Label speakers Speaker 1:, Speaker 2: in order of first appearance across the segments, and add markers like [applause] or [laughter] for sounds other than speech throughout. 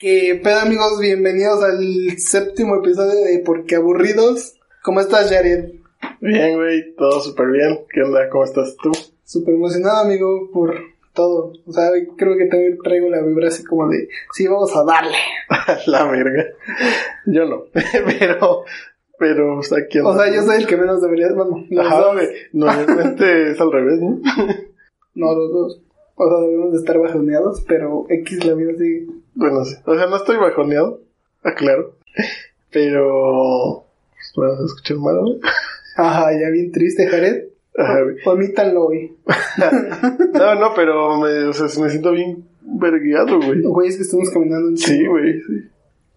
Speaker 1: ¿Qué pedo amigos? Bienvenidos al séptimo episodio de Porque Aburridos. ¿Cómo estás, Jared?
Speaker 2: Bien, güey, todo súper bien. ¿Qué onda? ¿Cómo estás tú?
Speaker 1: Súper emocionado, amigo, por todo. O sea, hoy creo que también traigo la vibra así como de, sí, vamos a darle.
Speaker 2: [laughs] La verga. Yo no, [laughs] pero, pero, o sea, ¿quién?
Speaker 1: O sea, yo soy el que menos debería... Bueno, los
Speaker 2: Ajá,
Speaker 1: dos.
Speaker 2: güey.
Speaker 1: [laughs]
Speaker 2: Normalmente es al revés, ¿no?
Speaker 1: No, los dos. O sea, debemos de estar bajoneados, pero X la vida sigue.
Speaker 2: Bueno, sí. O sea, no estoy bajoneado, aclaro. Pero, pues, bueno, se escuchó mal, ¿no?
Speaker 1: Ajá, ya bien triste, Jared.
Speaker 2: Ajá, güey.
Speaker 1: Omítanlo hoy.
Speaker 2: No, no, pero me, o sea, me siento bien vergueado, güey.
Speaker 1: Güey, es que estamos caminando un
Speaker 2: Sí, güey, sí.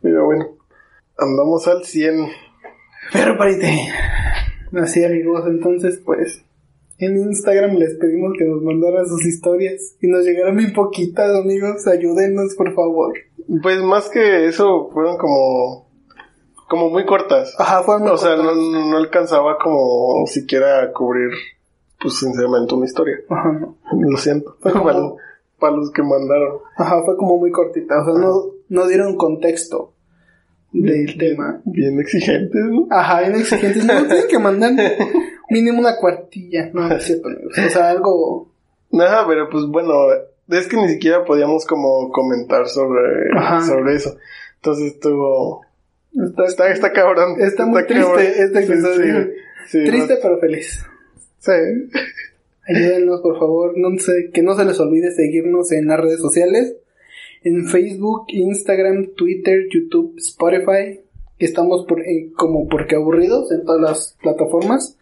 Speaker 2: Pero bueno, andamos al 100.
Speaker 1: Pero parite. Así amigos, entonces pues en Instagram les pedimos que nos mandaran sus historias y nos llegaron muy poquitas amigos, ayúdennos por favor.
Speaker 2: Pues más que eso, fueron como. como muy cortas.
Speaker 1: Ajá, fue Ah, muy
Speaker 2: O sea, no,
Speaker 1: corto.
Speaker 2: no alcanzaba como siquiera a cubrir, pues sinceramente, una historia.
Speaker 1: Ajá,
Speaker 2: Lo siento. [laughs] Para, para los que mandaron.
Speaker 1: ajá, fue como muy cortita, o sea, no, no dieron contexto del tema.
Speaker 2: Bien exigentes, ¿no?
Speaker 1: Ajá, bien exigentes, no tienen que
Speaker 2: [laughs]
Speaker 1: mandar mínimo una cuartilla, no, no es cierto amigos, o sea, algo...
Speaker 2: Ajá, pero pues bueno, es que ni siquiera podíamos como comentar sobre,
Speaker 1: Ajá.
Speaker 2: sobre eso. Entonces estuvo...
Speaker 1: Está,
Speaker 2: Está, está cabrón.
Speaker 1: está muy triste
Speaker 2: cabrón.
Speaker 1: este
Speaker 2: Sí,
Speaker 1: episodio.
Speaker 2: sí, sí,
Speaker 1: triste
Speaker 2: no-
Speaker 1: pero feliz.
Speaker 2: sí.
Speaker 1: Ayúdenos, por favor. No se- que no se les olvide seguirnos en las redes sociales. En Facebook, Instagram, Twitter, YouTube, Spotify. Que estamos por- eh, como porque aburridos en todas las plataformas.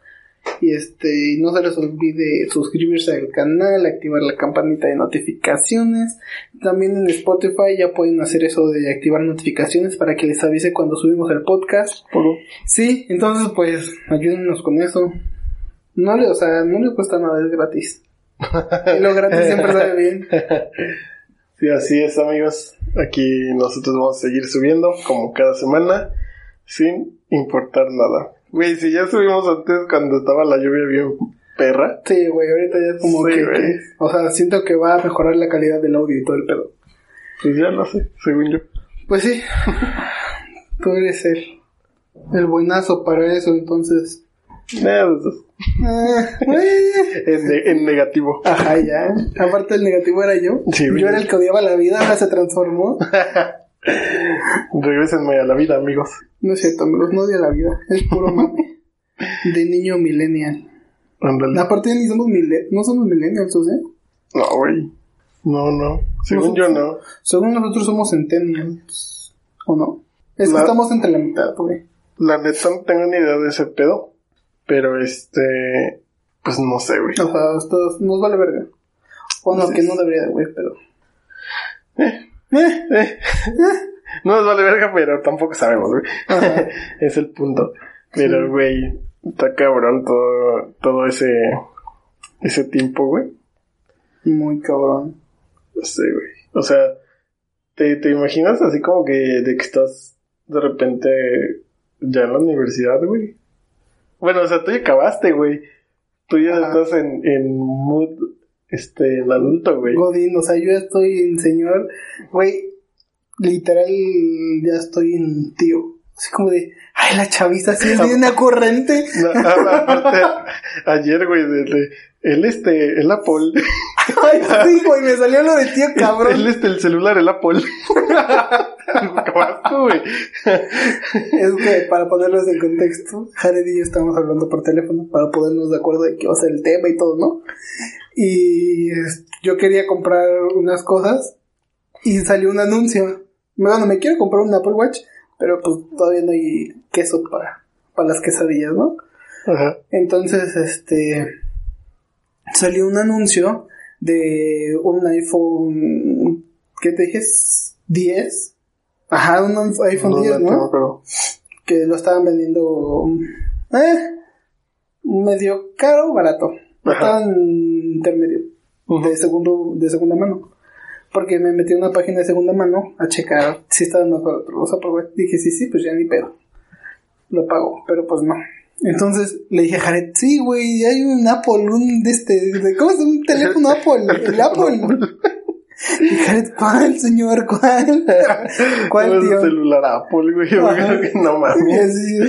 Speaker 1: Y este, no se les olvide suscribirse al canal, activar la campanita de notificaciones. También en Spotify ya pueden hacer eso de activar notificaciones para que les avise cuando subimos el podcast.
Speaker 2: Puro.
Speaker 1: Sí, entonces pues ayúdennos con eso. No le, o sea, no le cuesta nada, es gratis. Y lo gratis siempre
Speaker 2: [laughs]
Speaker 1: sale bien.
Speaker 2: Sí, así es, amigos. Aquí nosotros vamos a seguir subiendo como cada semana, sin importar nada. Güey, si ya subimos antes cuando estaba la lluvia bien perra.
Speaker 1: Sí, güey, ahorita ya es como
Speaker 2: Sí,
Speaker 1: que,
Speaker 2: güey.
Speaker 1: que- o sea, siento que va a mejorar la calidad del audio y todo el pedo.
Speaker 2: Pues ya lo sé, según yo.
Speaker 1: Pues sí, [laughs] tú eres el, el buenazo para eso, entonces.
Speaker 2: Nada de eso.
Speaker 1: Ah, eh.
Speaker 2: En, ne- en negativo.
Speaker 1: Ajá, ya. Aparte el negativo era yo.
Speaker 2: Sí, güey.
Speaker 1: yo era el que odiaba la vida, ahora se transformó.
Speaker 2: Regrésenme a la vida, amigos.
Speaker 1: No es cierto, amigos, no odia la vida. Es puro mame. De niño millennial.
Speaker 2: Ándale.
Speaker 1: Aparte ni somos mile- no somos millennials, ¿o sea?
Speaker 2: No, güey. No, no. Según yo, no.
Speaker 1: Según nosotros somos centennials, ¿o no? Es
Speaker 2: La-
Speaker 1: que estamos entre la mitad, güey.
Speaker 2: La neta no tengo ni idea de ese pedo. Pero este. Pues no sé, güey. [laughs]
Speaker 1: O sea, esto nos vale verga. O no,
Speaker 2: Sí.
Speaker 1: que no debería, güey, pero...
Speaker 2: Eh. No nos vale verga, pero tampoco sabemos, güey.
Speaker 1: Ajá.
Speaker 2: es el punto. Pero,
Speaker 1: Sí.
Speaker 2: güey, está cabrón todo, todo ese, ese tiempo, güey.
Speaker 1: [laughs] Muy cabrón.
Speaker 2: No sé, güey. O sea, ¿te, te imaginas así como que de que estás de repente ya en la universidad, güey? Bueno, o sea, tú ya acabaste, güey. Tú ya
Speaker 1: Ajá.
Speaker 2: estás en, en mood, este, el adulto, güey.
Speaker 1: Godín, o sea, yo ya estoy en señor, güey, literal, ya estoy en tío. Así como de, ay, la chaviza sí es bien corriente.
Speaker 2: [laughs] No, a- aparte, ayer, güey, de, de- el este, el Apple.
Speaker 1: [laughs] Ay, sí, güey, me salió lo de
Speaker 2: [laughs]
Speaker 1: tío
Speaker 2: El
Speaker 1: cabrón.
Speaker 2: este, el celular, el Apple. [laughs] Acabaste, güey.
Speaker 1: Es que, para ponerlos en contexto, Jared y yo estábamos hablando por teléfono para ponernos de acuerdo de qué va a ser el tema y todo, ¿no? Y es- yo quería comprar unas cosas y salió un anuncio. Bueno, me quiero comprar un Apple Watch, pero pues todavía no hay queso para, para las quesadillas, ¿no?
Speaker 2: Ajá.
Speaker 1: Entonces, este. Salió un anuncio de un iPhone. ¿Qué te dije? 10. Ajá, un iPhone
Speaker 2: No,
Speaker 1: 10,
Speaker 2: no,
Speaker 1: ¿no?
Speaker 2: pero
Speaker 1: Que lo estaban vendiendo. Eh, medio caro o barato.
Speaker 2: Ajá.
Speaker 1: Estaban intermedio. De, segundo, de segunda mano. Porque me metí a una página de segunda mano a checar si estaban más baratos. O sea, probé. Dije, sí, sí, pues ya ni pedo. Lo pago, pero pues no. Entonces le dije a Jared, sí, güey, hay un Apple, un de este, de- ¿cómo es un teléfono Apple? El Apple. Y Jared, ¿cuál, señor? ¿Cuál? [laughs] ¿Cuál,
Speaker 2: ¿Cuál
Speaker 1: tío?
Speaker 2: celular Apple, güey? Yo
Speaker 1: Ajá.
Speaker 2: creo que
Speaker 1: [laughs]
Speaker 2: no
Speaker 1: Y
Speaker 2: mames.
Speaker 1: así,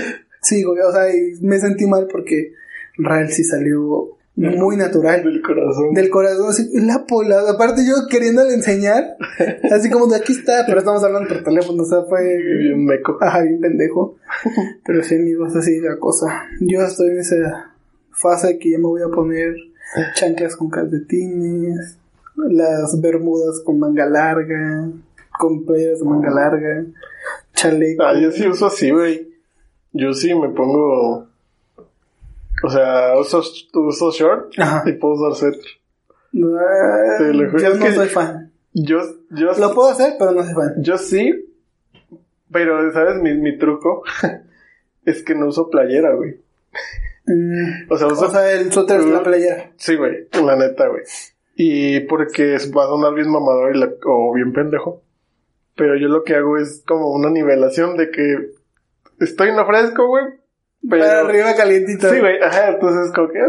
Speaker 1: Sí, güey, o sea, y me sentí mal porque Rael sí salió muy natural.
Speaker 2: Del corazón.
Speaker 1: Del corazón, así, la pola. Aparte, yo queriéndole
Speaker 2: [laughs]
Speaker 1: enseñar, así como de aquí está, pero estamos hablando por teléfono, o sea, fue.
Speaker 2: Bien meco.
Speaker 1: Ajá, bien
Speaker 2: [laughs]
Speaker 1: pendejo. Pero sí, amigos, así la cosa. Yo estoy en esa fase que ya me voy a poner chanclas con calcetines, las bermudas con manga larga, con playeras de manga larga, chaleco.
Speaker 2: Ah, yo sí uso así, güey. Yo sí me pongo. O sea, uso, uso short
Speaker 1: Ajá.
Speaker 2: y puedo usar set.
Speaker 1: Ah,
Speaker 2: Te lo juro,
Speaker 1: yo
Speaker 2: es
Speaker 1: no
Speaker 2: que-
Speaker 1: soy fan.
Speaker 2: Yo, yo,
Speaker 1: Lo puedo hacer, pero no soy fan.
Speaker 2: yo sí, pero ¿sabes? Mi, mi truco [laughs] es que no uso playera, güey.
Speaker 1: Mm,
Speaker 2: O sea, uso.
Speaker 1: o sea, el suéter es la playera.
Speaker 2: sí, güey, la neta, güey. Y porque es- va a sonar bien mamador y la- o bien pendejo. Pero yo lo que hago es como una nivelación de que estoy no fresco, güey. Pero.
Speaker 1: Para arriba calientito.
Speaker 2: Sí, güey, ajá, entonces como que.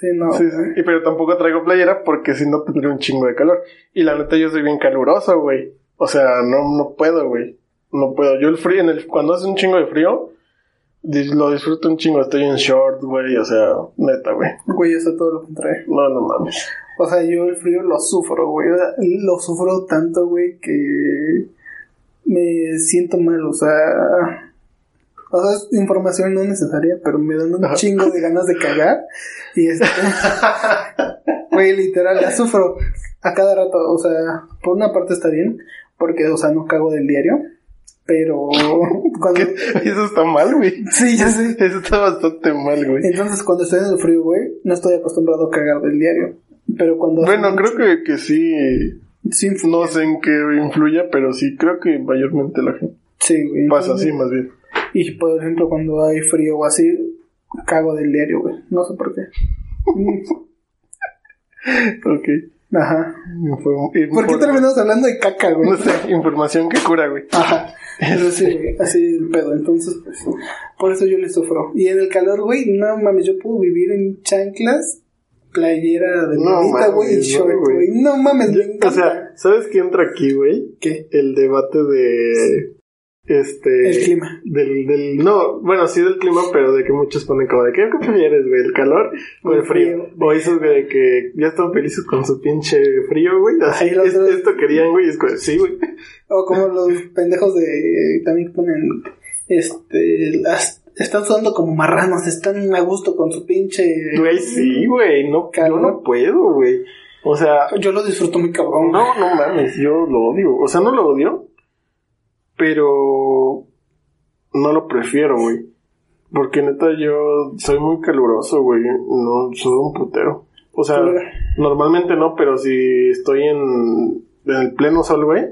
Speaker 1: Sí, no.
Speaker 2: Sí, sí. Y pero tampoco traigo playera porque si no tendría un chingo de calor. Y la neta yo soy bien caluroso, güey. O sea, no, no puedo, güey. No puedo. Yo el frío, en el, cuando hace un chingo de frío, dis- lo disfruto un chingo. Estoy en short, güey. O sea, neta, güey.
Speaker 1: Güey, eso todo lo contrario.
Speaker 2: No, no mames. [laughs]
Speaker 1: O sea, yo el frío lo sufro, güey. O sea, Lo sufro tanto, güey, que me siento mal. O sea, o sea, es información no necesaria, pero me dan un
Speaker 2: Ajá.
Speaker 1: chingo de ganas de cagar. Y este, [laughs] güey, literal, la sufro a cada rato. O sea, por una parte está bien, porque, o sea, no cago del diario. Pero [laughs]
Speaker 2: [laughs]
Speaker 1: cuando.
Speaker 2: ¿Qué? Eso está mal, güey.
Speaker 1: Sí, ya sé.
Speaker 2: Eso está bastante mal, güey.
Speaker 1: Entonces, cuando estoy en el frío, güey, no estoy acostumbrado a cagar del diario. Pero cuando.
Speaker 2: Bueno, creo que, que sí.
Speaker 1: Sí, influye.
Speaker 2: No sé en qué influya, pero sí creo que mayormente la gente
Speaker 1: Sí, güey.
Speaker 2: pasa así, más bien.
Speaker 1: Y por ejemplo, cuando hay frío o así, cago del diario, güey. No sé por qué. Mm,
Speaker 2: Ok.
Speaker 1: Ajá. ¿Por
Speaker 2: Inform-
Speaker 1: qué
Speaker 2: inform-
Speaker 1: terminamos hablando de caca, güey?
Speaker 2: No sé, información que cura, güey. [laughs]
Speaker 1: Ajá. Pero sí, güey, así el pedo. Entonces, pues, por eso yo le sufro. Y en el calor, güey, no mames, yo puedo vivir en chanclas, playera de
Speaker 2: No
Speaker 1: mamita, güey, y
Speaker 2: mames, no,
Speaker 1: short,
Speaker 2: güey.
Speaker 1: güey. No mames, me
Speaker 2: O
Speaker 1: encanta.
Speaker 2: sea, ¿sabes qué entra aquí, güey?
Speaker 1: ¿Qué?
Speaker 2: El debate de. Este.
Speaker 1: El clima.
Speaker 2: Del, del, no, bueno, sí del clima, pero de que muchos ponen como de qué prefieres, güey, el calor o el
Speaker 1: El frío.
Speaker 2: frío. O esos, güey, de que ya están felices con su pinche frío, güey. Así,
Speaker 1: Ay, los
Speaker 2: es-
Speaker 1: dos.
Speaker 2: esto querían, güey. Es, como, sí, güey.
Speaker 1: O como los pendejos de. eh, También ponen. Este. Las, están sudando como marranos. Están a gusto con su pinche.
Speaker 2: Güey, sí, güey. No, yo
Speaker 1: Calor.
Speaker 2: no puedo, güey. O sea,
Speaker 1: Yo lo disfruto muy cabrón.
Speaker 2: No, no mames, yo lo odio. O sea, no lo odio, pero no lo prefiero, güey. Porque neta, yo soy muy caluroso, güey. No, soy un putero. O sea,
Speaker 1: Culera.
Speaker 2: normalmente no, pero si estoy en, en el pleno sol, güey,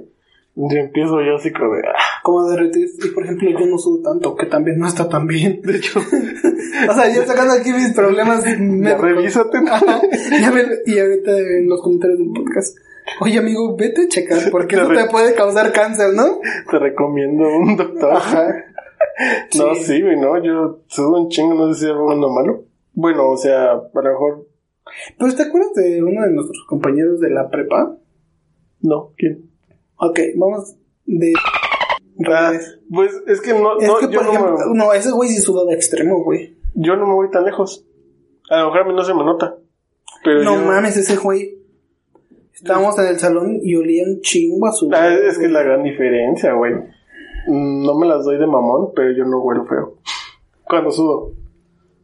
Speaker 2: yo empiezo yo así como de. ah.
Speaker 1: Como derretir. Y por ejemplo, yo no sudo tanto, que también no está tan bien.
Speaker 2: De [laughs] hecho,
Speaker 1: O sea, yo sacando aquí mis problemas.
Speaker 2: ya
Speaker 1: médicos.
Speaker 2: revísate. ¿no?
Speaker 1: Ajá. Y, a ver, y ahorita en los comentarios del podcast. Oye, amigo, vete a checar, porque
Speaker 2: Te
Speaker 1: eso
Speaker 2: re-
Speaker 1: te puede causar cáncer, ¿no?
Speaker 2: Te recomiendo un doctor. [laughs] No,
Speaker 1: Sí.
Speaker 2: sí, güey, no, yo sudo un chingo, no sé si es bueno o malo. Bueno, o sea, a lo mejor
Speaker 1: Pero ¿te acuerdas de uno de nuestros compañeros de la prepa?
Speaker 2: no. ¿Quién?
Speaker 1: Ok, vamos de.
Speaker 2: Ah, pues es que no,
Speaker 1: Es
Speaker 2: no,
Speaker 1: que,
Speaker 2: yo,
Speaker 1: por
Speaker 2: no
Speaker 1: ejemplo,
Speaker 2: me,
Speaker 1: no, ese güey sí sudaba extremo, güey.
Speaker 2: yo no me voy tan lejos. A lo mejor a mí no se me nota. Pero
Speaker 1: No
Speaker 2: yo-
Speaker 1: mames, ese güey. Estábamos en el salón y olía un chingo a sudor.
Speaker 2: Ah, es que es la gran diferencia, güey. Mm, No me las doy de mamón, pero yo no huelo feo. Cuando sudo.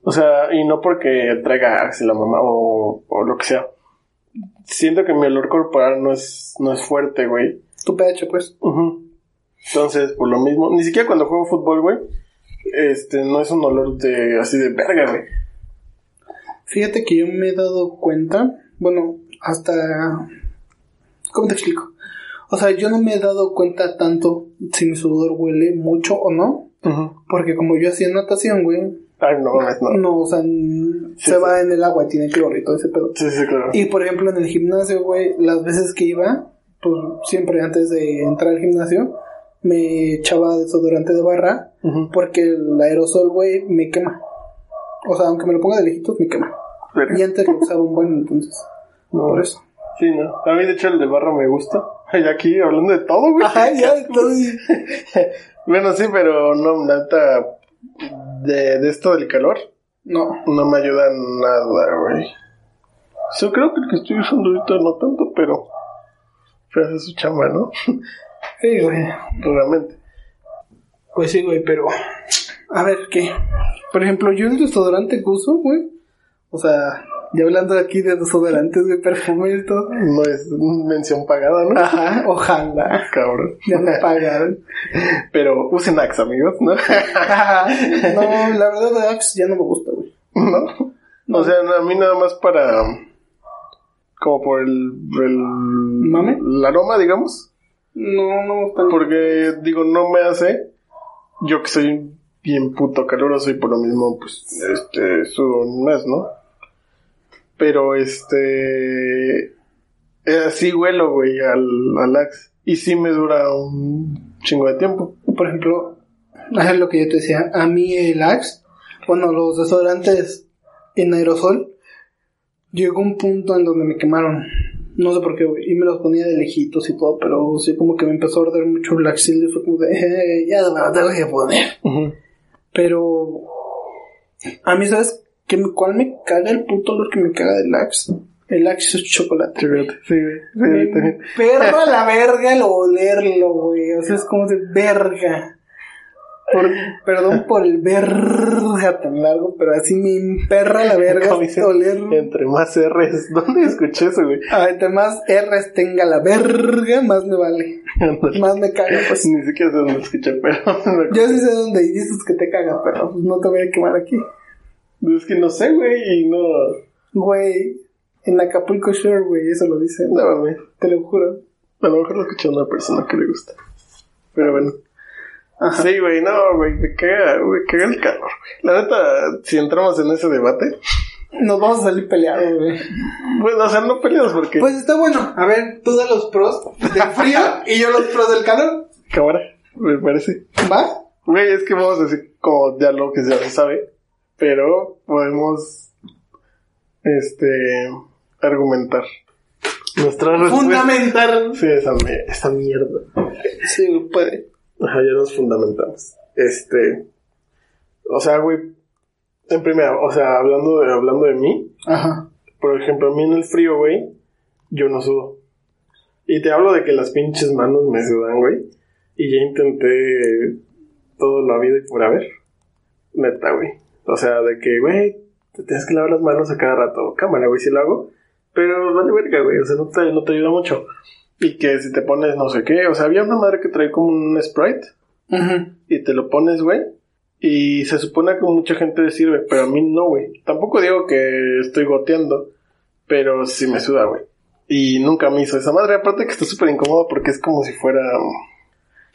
Speaker 2: O sea, y no porque traiga Axe la mamá o, o lo que sea. Siento que mi olor corporal no es, no es fuerte, güey.
Speaker 1: Tu pH, pues.
Speaker 2: Ujú. Entonces, por lo mismo, ni siquiera cuando juego fútbol, güey, este, no es un olor de así de verga, güey.
Speaker 1: Fíjate que yo me he dado cuenta. Bueno, hasta. ¿Cómo te explico? O sea, yo no me he dado cuenta tanto si mi sudor huele mucho o no.
Speaker 2: Ujú.
Speaker 1: Porque como yo hacía natación, güey.
Speaker 2: Ay, no mames, no.
Speaker 1: No, o sea, n-
Speaker 2: Sí,
Speaker 1: se
Speaker 2: sí.
Speaker 1: va en el agua, tiene cloro y todo ese pedo.
Speaker 2: Sí, sí, claro.
Speaker 1: Y por ejemplo, en el gimnasio, güey, las veces que iba, pues siempre antes de entrar al gimnasio, me echaba desodorante de barra.
Speaker 2: Ujú.
Speaker 1: Porque el aerosol, güey, me quema. O sea, aunque me lo ponga de lejitos, me quema.
Speaker 2: Verga.
Speaker 1: Y antes lo usaba un buen, entonces.
Speaker 2: No.
Speaker 1: Por eso.
Speaker 2: Sí, no. A mí, de hecho, el de barra me gusta. [laughs] Y aquí, hablando de todo,
Speaker 1: [laughs]
Speaker 2: güey.
Speaker 1: Ajá, ya, entonces.
Speaker 2: [laughs] Bueno, sí, pero no, neta. De, de esto del calor,
Speaker 1: No.
Speaker 2: no me ayuda nada, güey. Yo creo que el que estoy usando ahorita no tanto, pero. Pero hace su chamba, ¿no? [laughs]
Speaker 1: Sí, güey.
Speaker 2: Realmente.
Speaker 1: Pues sí, güey, pero. A ver, ¿qué? Por ejemplo, yo el desodorante que uso, güey. O sea, ya hablando aquí de desodorantes, güey, perfumes y todo.
Speaker 2: No es mención pagada, ¿no?
Speaker 1: Ajá, ojalá.
Speaker 2: Cabrón.
Speaker 1: Ah. Ya me pagaron.
Speaker 2: Pero usen Axe, amigos,
Speaker 1: [laughs]
Speaker 2: ¿no? [laughs]
Speaker 1: Ajá. No, la verdad, de Axe ya no me gusta, güey.
Speaker 2: ¿No? O sea, a mí nada más para. Como por el. el
Speaker 1: ¿Mame?
Speaker 2: El aroma, digamos.
Speaker 1: No, no me gusta.
Speaker 2: Porque, digo, no me hace. Yo que soy bien puto caluroso y por lo mismo, pues, este, sudo un mes, ¿no? Pero, este. eh, Así huelo, güey, al, al Axe. Y sí me dura un chingo de tiempo.
Speaker 1: Por ejemplo, es lo que yo te decía, a mí el Axe, bueno, los desodorantes en aerosol, llegó un punto en donde me quemaron. No sé por qué, güey, y me los ponía de lejitos y todo, pero sí como que me empezó a arder mucho el axil y fue como de, "Eh, ya me lo tengo que poner. Pero a mí, ¿sabes qué? ¿Cuál me caga el puto olor que me caga del Axe? El Axe es chocolate.
Speaker 2: Sí, fíjate, sí, güey. Sí, a mí también.
Speaker 1: Perro a
Speaker 2: [laughs]
Speaker 1: la verga el olerlo, güey. O sea, es como de verga. Por- perdón por el verga tan largo, pero así me imperra la verga
Speaker 2: Como dicen,
Speaker 1: olerlo.
Speaker 2: Entre más R's. [laughs] ¿Dónde escuché eso, güey?
Speaker 1: Ah, Entre más R's tenga la verga, más me vale.
Speaker 2: Ándale.
Speaker 1: Más me caga, pues.
Speaker 2: Ni siquiera sé dónde escuché, pero... [laughs]
Speaker 1: Yo sí sé dónde y dices que te caga, pero pues, no te voy a quemar aquí.
Speaker 2: Es que no sé, güey, y no...
Speaker 1: Güey, en Acapulco Shore, güey, eso lo dicen.
Speaker 2: No, mames.
Speaker 1: Te lo juro.
Speaker 2: A lo mejor lo escuché a una persona que le gusta. Pero bueno.
Speaker 1: Ajá.
Speaker 2: Sí, güey, no, güey, me caga, me caga el calor. güey. La neta, si entramos en ese debate...
Speaker 1: Nos vamos a salir peleados, güey.
Speaker 2: Bueno, o sea, no peleas porque...
Speaker 1: Pues está bueno. A ver, tú da los pros del frío y yo los pros del calor.
Speaker 2: Cámara, me parece.
Speaker 1: ¿Va?
Speaker 2: Güey, es que vamos a decir como ya lo que ya se sabe. Pero podemos... Este... Argumentar. Nuestra respuesta...
Speaker 1: Fundamental.
Speaker 2: Sí, esa, mi- esa mierda.
Speaker 1: Sí, güey, puede.
Speaker 2: Ajá, ya nos fundamentamos. Este. O sea, güey. En primera, o sea, hablando de, hablando de mí,
Speaker 1: Ajá.
Speaker 2: por ejemplo, a mí en el frío, güey, yo no sudo. Y te hablo de que las pinches manos me sudan, güey. Y ya intenté todo lo habido y por haber. Neta, güey. O sea, de que, güey, te tienes que lavar las manos a cada rato. Cámara, güey, si lo hago. Pero vale verga, güey. O sea, no te, no te ayuda mucho. Y que si te pones no sé qué. O sea, había una madre que trae como un sprite
Speaker 1: Ajá.
Speaker 2: y te lo pones, güey. Y se supone que mucha gente le sirve, pero a mí no, güey. Tampoco digo que estoy goteando, pero sí me suda, güey. Y nunca me hizo esa madre. Aparte que está súper incómodo porque es como si fuera... mm,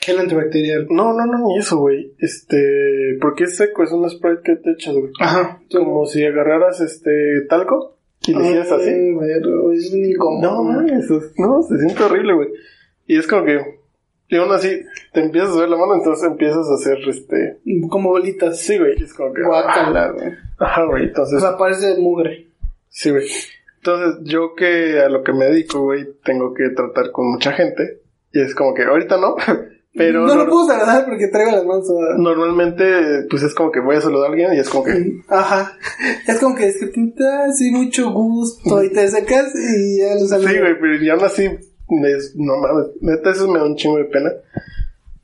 Speaker 1: Gel antibacterial.
Speaker 2: No, no, no, ni eso, güey. Este... Porque es seco, es un spray que te echas, güey.
Speaker 1: Ajá.
Speaker 2: Como si agarraras, este, talco y
Speaker 1: Ah,
Speaker 2: le hicieras así.
Speaker 1: Ay, pero es un
Speaker 2: No,
Speaker 1: incómodo.
Speaker 2: mames, es- no, se siente horrible, güey. Y es como que... Y aún así, te empiezas a ver la mano, entonces empiezas a hacer, este...
Speaker 1: Como bolitas.
Speaker 2: Sí, güey, es como que...
Speaker 1: Guácala, güey.
Speaker 2: Ajá, güey,
Speaker 1: O
Speaker 2: entonces.
Speaker 1: sea, parece mugre.
Speaker 2: Sí, güey. Entonces, yo que a lo que me dedico, güey, tengo que tratar con mucha gente. Y es como que ahorita no, [laughs] pero
Speaker 1: no lo
Speaker 2: nor-
Speaker 1: puedo saludar porque traigo las manos sudadas.
Speaker 2: normalmente, pues es como que voy a saludar a alguien y es como que.
Speaker 1: Ajá. Es como que es que te así mucho gusto y te secas y ya lo saludas.
Speaker 2: Sí, güey, pero y aún así, me es- no mames, neta, eso me da un chingo de pena.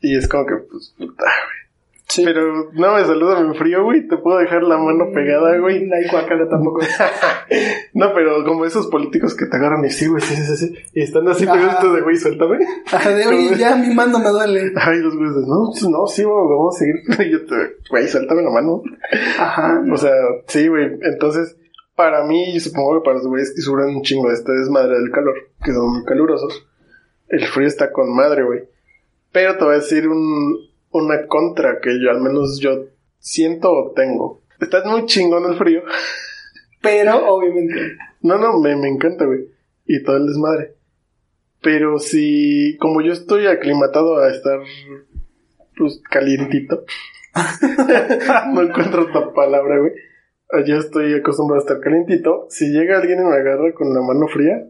Speaker 2: Y es como que, pues, puta, güey.
Speaker 1: Sí. Mm,
Speaker 2: Pero no me saluda en frío, güey, te puedo dejar la mano pegada, güey.
Speaker 1: No hay guácala tampoco.
Speaker 2: [laughs] No, pero como esos políticos que te agarran y sí, güey, sí, sí, sí, sí. Y están así, pero
Speaker 1: Ajá.
Speaker 2: estos de, güey, suéltame.
Speaker 1: Ajá, de oye, ya mi mano me duele.
Speaker 2: Ay, los güeyes, no, pues, no, sí, güey, vamos a seguir. [laughs] Y Yo te, güey, suéltame la mano.
Speaker 1: Ajá.
Speaker 2: O sea, sí, güey. Entonces, para mí, y supongo que para los güeyes que sufren un chingo de este desmadre del calor, que son muy calurosos, el frío está con madre, güey. Pero te voy a decir un, una contra que yo al menos yo siento o tengo. Estás muy chingón el frío.
Speaker 1: Pero, obviamente.
Speaker 2: No, no, me, me encanta, güey. Y todo el desmadre. Pero si, como yo estoy aclimatado a estar, pues, calientito. [laughs] no encuentro otra palabra, güey. Yo estoy acostumbrado a estar calientito. Si llega alguien y me agarra con la mano fría,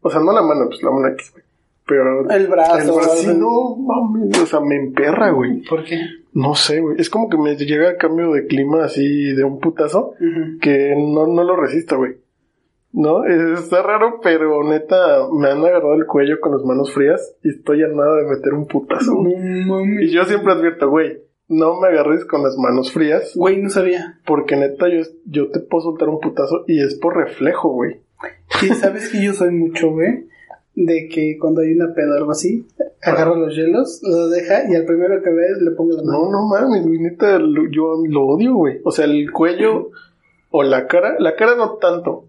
Speaker 2: o sea, no la mano, pues la mano X, güey. Pero
Speaker 1: El brazo,
Speaker 2: el brazo,
Speaker 1: ¿verdad?
Speaker 2: no mames, o sea, me emperra, güey.
Speaker 1: ¿Por qué?
Speaker 2: No sé, güey. Es como que me llega el cambio de clima así de un putazo
Speaker 1: Ujú.
Speaker 2: que no, no lo resisto, güey. No, Es- está raro, pero neta, me han agarrado el cuello con las manos frías y estoy a nada de meter un putazo. güey.
Speaker 1: No
Speaker 2: Y
Speaker 1: mames.
Speaker 2: yo siempre advierto, güey, no me agarres con las manos frías
Speaker 1: Güey, no sabía.
Speaker 2: porque neta yo, yo te puedo soltar un putazo y es por reflejo, güey.
Speaker 1: Sí, sabes que yo soy mucho, güey. De que cuando hay una peda o algo así, agarro los hielos, los deja y al primero que ves le pongo la mano.
Speaker 2: No, no mames, güey, neta, lo- yo lo odio, güey. O sea, el cuello o la cara, la cara no tanto,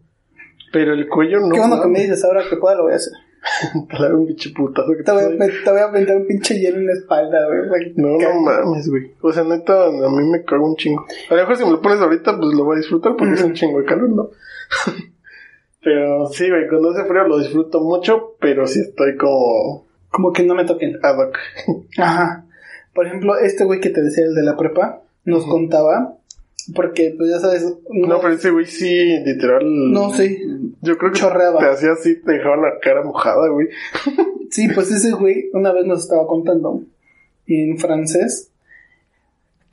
Speaker 2: pero el cuello no.
Speaker 1: ¿Qué onda que me
Speaker 2: [laughs] mames.
Speaker 1: dices ahora que pueda lo voy a hacer?
Speaker 2: Te la- un pinche putazo que
Speaker 1: Te voy, a,
Speaker 2: doy.
Speaker 1: me- te voy a meter un pinche hielo en la espalda, güey. para que te
Speaker 2: No, no
Speaker 1: caiga.
Speaker 2: mames, güey. O sea, neta, a mí me cago un chingo. A lo mejor si me lo pones ahorita, pues lo voy a disfrutar porque es un chingo de calor, ¿no? [laughs] pero sí, güey, cuando hace frío lo disfruto mucho, pero sí estoy como
Speaker 1: Como que no me toquen.
Speaker 2: ad hoc.
Speaker 1: Ajá. Por ejemplo, este güey que te decía, el de la prepa, nos
Speaker 2: Ujú.
Speaker 1: contaba, porque pues ya sabes, uno-
Speaker 2: No, pero ese güey sí, literal.
Speaker 1: No, sí.
Speaker 2: Yo creo que
Speaker 1: Chorreaba.
Speaker 2: te hacía así, te dejaba la cara mojada, güey.
Speaker 1: Sí, pues ese güey una vez nos estaba contando en francés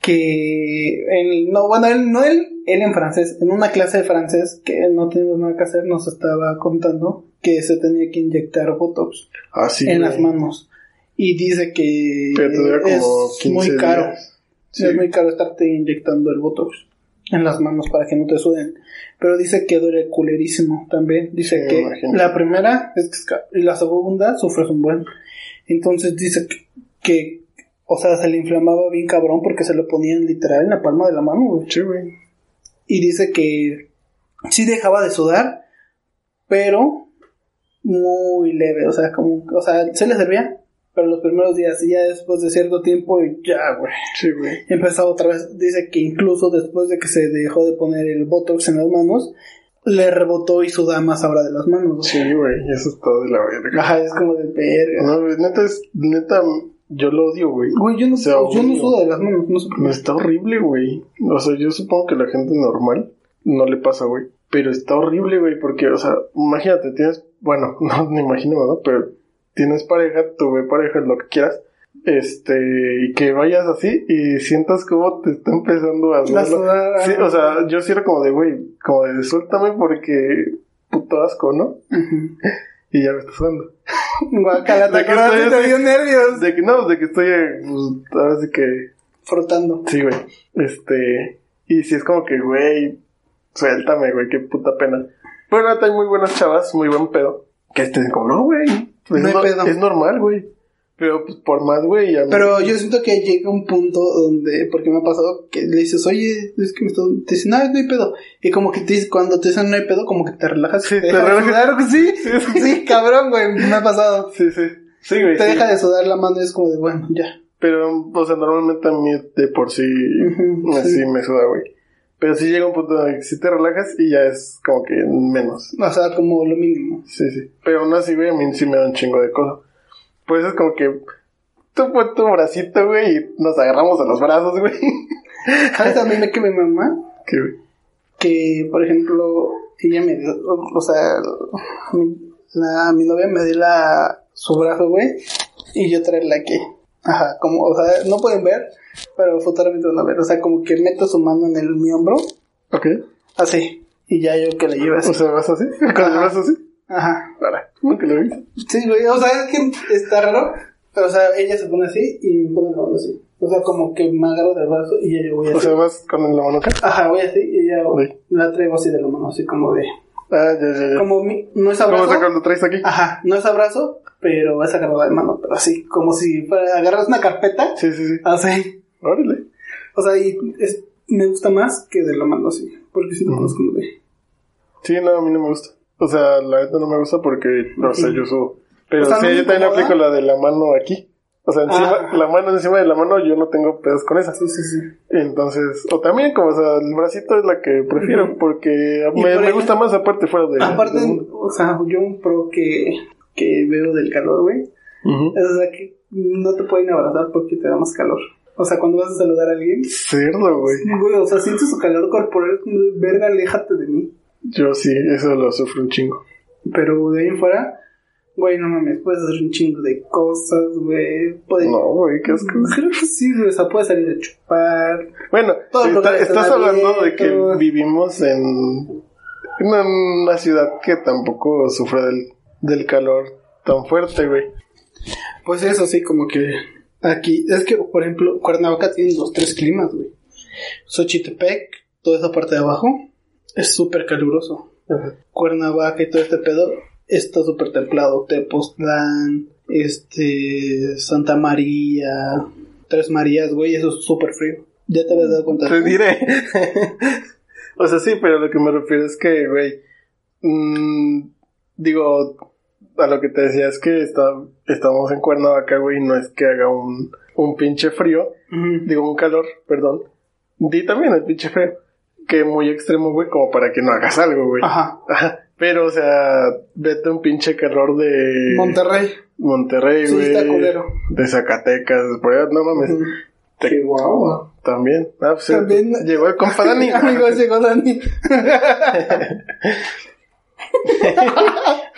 Speaker 1: que él, no, bueno, él, no él, él en francés, en una clase de francés que no teníamos nada que hacer, nos estaba contando que se tenía que inyectar botox
Speaker 2: Así.
Speaker 1: en
Speaker 2: güey.
Speaker 1: las manos. Y dice que
Speaker 2: Pero te dura como
Speaker 1: es
Speaker 2: 15
Speaker 1: muy caro.
Speaker 2: días. Sí.
Speaker 1: Es muy caro estarte inyectando el botox en las manos para que no te suden. Pero dice que duele culerísimo también. Dice
Speaker 2: Sí, me
Speaker 1: que
Speaker 2: imagino.
Speaker 1: la primera es que es ca- y la segunda sufres un buen. Entonces dice que, que, o sea, se le inflamaba bien cabrón porque se lo ponían literal en la palma de la mano, güey.
Speaker 2: Sí, güey.
Speaker 1: Y dice que sí dejaba de sudar, pero muy leve. O sea, como, o sea, se le servía. Pero los primeros días y ya después de cierto tiempo y ya, güey
Speaker 2: Sí, güey.
Speaker 1: empezó otra vez. Dice que incluso después de que se dejó de poner el botox en las manos, le rebotó y sudaba más ahora de las manos. ¿no?
Speaker 2: Sí, güey. Eso está de la verga.
Speaker 1: Ajá, es como de verga.
Speaker 2: No, güey, neta, es, neta, yo lo odio, güey.
Speaker 1: Güey, yo no,
Speaker 2: O sea,
Speaker 1: yo no
Speaker 2: obvio.
Speaker 1: sudo de las manos, no sé por qué.
Speaker 2: No, está horrible, güey. O sea, yo supongo que la gente normal no le pasa, güey. Pero está horrible, güey, porque, o sea, imagínate, tienes, bueno, [laughs] no me imagino, ¿no? Pero tienes pareja, tuve pareja, lo que quieras. Este, y que vayas así y sientas como te está empezando a
Speaker 1: La
Speaker 2: doler.
Speaker 1: sudada.
Speaker 2: Sí, o sea, yo sí era como de, güey, como de, suéltame porque puto asco, ¿no?
Speaker 1: Ujú.
Speaker 2: Y ya me estás dando.
Speaker 1: Guácala, te
Speaker 2: De que
Speaker 1: acordaste,
Speaker 2: estoy
Speaker 1: te
Speaker 2: así.
Speaker 1: dio nervios.
Speaker 2: De que, no, de que estoy, eh, pues, ahora sí que
Speaker 1: Frotando.
Speaker 2: Sí, güey. Este. Y si es como que, güey, suéltame, güey, qué puta pena. Bueno, hay muy buenas chavas, muy buen pedo. Que estén como, no, güey.
Speaker 1: No
Speaker 2: Es,
Speaker 1: hay
Speaker 2: no-
Speaker 1: pedo.
Speaker 2: es normal, güey. Pero pues por más, güey. a mí-
Speaker 1: Pero yo siento que llega un punto donde, porque me ha pasado, que le dices, oye, es que me está... Te dicen, "Ah, no, no hay pedo. Y como que te dice- cuando te dicen no hay pedo, como que te relajas.
Speaker 2: Sí, te
Speaker 1: deja de
Speaker 2: relajas.
Speaker 1: sudar, sí,
Speaker 2: Sí,
Speaker 1: sí,
Speaker 2: sí.
Speaker 1: cabrón, güey, me ha pasado.
Speaker 2: Sí, sí. Sí, güey.
Speaker 1: Te
Speaker 2: sí.
Speaker 1: deja de sudar la mano y es como de, bueno, ya.
Speaker 2: Pero, o sea, normalmente a mí de por sí.
Speaker 1: Ujú,
Speaker 2: así
Speaker 1: sí.
Speaker 2: me suda, güey. Pero sí llega un punto en el que sí te relajas y ya es como que menos.
Speaker 1: O sea, como lo mínimo.
Speaker 2: Sí, sí. Pero aún así, güey, a mí sí me da un chingo de cosas. Pues es como que tú pon tu bracito, güey, y nos agarramos a los brazos, güey. [laughs]
Speaker 1: ¿Sabes también de que mi mamá?
Speaker 2: Que, güey,
Speaker 1: Que, por ejemplo, ella me dio, o sea, mi, la- mi novia me dio la, su brazo, güey, y yo traerla aquí. Ajá, como, o sea, no pueden ver, pero futuramente van a ver. O sea, como que meto su mano en el, mi hombro,
Speaker 2: Ok.
Speaker 1: así, y ya yo que la llevo así.
Speaker 2: O sea, vas así, con el brazo así.
Speaker 1: Ajá.
Speaker 2: Para, nunca lo vi.
Speaker 1: Sí, güey, o sea, es que está raro, pero o sea, ella se pone así y me pone la mano así. O sea, como que me agarro del brazo y ya yo voy así.
Speaker 2: O sea, vas con la mano acá.
Speaker 1: Ajá, voy así y ella
Speaker 2: Ok.
Speaker 1: la traigo así de la mano, así como de...
Speaker 2: Ah, ya, ya, ya.
Speaker 1: Como mi- no es
Speaker 2: ¿Cómo
Speaker 1: abrazo.
Speaker 2: se cuando traes aquí?
Speaker 1: Ajá, no es abrazo, pero es agarrada de mano, pero así, como si fuera- agarras una carpeta,
Speaker 2: Sí, sí, sí.
Speaker 1: así.
Speaker 2: Órale.
Speaker 1: O sea, y es- me gusta más que de la mano así, porque si no,
Speaker 2: Ujú.
Speaker 1: es como de...
Speaker 2: Sí, no, a mí no me gusta. O sea, la neta no me gusta porque, no sé, yo subo. Pero
Speaker 1: Está
Speaker 2: sí,
Speaker 1: muy
Speaker 2: yo también
Speaker 1: incómoda.
Speaker 2: aplico la de la mano aquí. O sea, encima,
Speaker 1: Ah.
Speaker 2: la mano encima de la mano, yo no tengo pedos con esa.
Speaker 1: Sí, sí, sí.
Speaker 2: Entonces, o también como, o sea, el bracito es la que prefiero
Speaker 1: Ujú.
Speaker 2: porque
Speaker 1: Y
Speaker 2: me,
Speaker 1: por
Speaker 2: me
Speaker 1: ejemplo-
Speaker 2: gusta más aparte fuera de...
Speaker 1: Aparte,
Speaker 2: del mundo.
Speaker 1: o sea, yo un pro que, que veo del calor, güey,
Speaker 2: Ujú.
Speaker 1: es o sea, que no te pueden abrazar porque te da más calor. O sea, cuando vas a saludar a alguien,
Speaker 2: Cerdo, güey.
Speaker 1: güey, o sea, sientes su calor corporal, como de, verga, aléjate de mí.
Speaker 2: Yo sí, eso lo sufro un chingo.
Speaker 1: Pero de ahí en fuera, güey, no mames, puedes hacer un chingo de cosas, güey. Puedes...
Speaker 2: No, güey, qué asco.
Speaker 1: Creo que pues sí, güey, o sea, puedes salir a chupar.
Speaker 2: Bueno,
Speaker 1: Todo lo
Speaker 2: está-
Speaker 1: que
Speaker 2: estás
Speaker 1: está
Speaker 2: hablando de que
Speaker 1: abierto.
Speaker 2: vivimos en en una ciudad que tampoco sufre del, del calor tan fuerte, güey.
Speaker 1: Pues eso sí, como que aquí, es que por ejemplo, Cuernavaca tiene los tres climas, güey. Xochitepec, toda esa parte de abajo, es súper caluroso. Cuernavaca y todo este pedo está súper templado. Tepoztlán, este, Santa María, Tres Marías, güey, eso es súper frío. Ya te habías dado cuenta.
Speaker 2: Te [laughs]
Speaker 1: ¿no?
Speaker 2: diré. o sea, sí, pero lo que me refiero es que, güey, mm, digo, a lo que te decía es que está, estamos en Cuernavaca, güey, no es que haga un, un pinche frío,
Speaker 1: Ujú.
Speaker 2: digo, un calor, perdón. Di también el pinche frío, que muy extremo, güey, como para que no hagas algo, güey.
Speaker 1: Ajá.
Speaker 2: Ajá, Pero, o sea, vete a un pinche calor de
Speaker 1: Monterrey.
Speaker 2: Monterrey,
Speaker 1: Sí, Pues,
Speaker 2: güey.
Speaker 1: está culero.
Speaker 2: de Zacatecas, por allá, no mames.
Speaker 1: Ujú.
Speaker 2: Te-
Speaker 1: Qué guau.
Speaker 2: También. Ah, pues,
Speaker 1: También-
Speaker 2: Llegó el
Speaker 1: [laughs]
Speaker 2: compa Dani.
Speaker 1: Amigos, llegó Dani.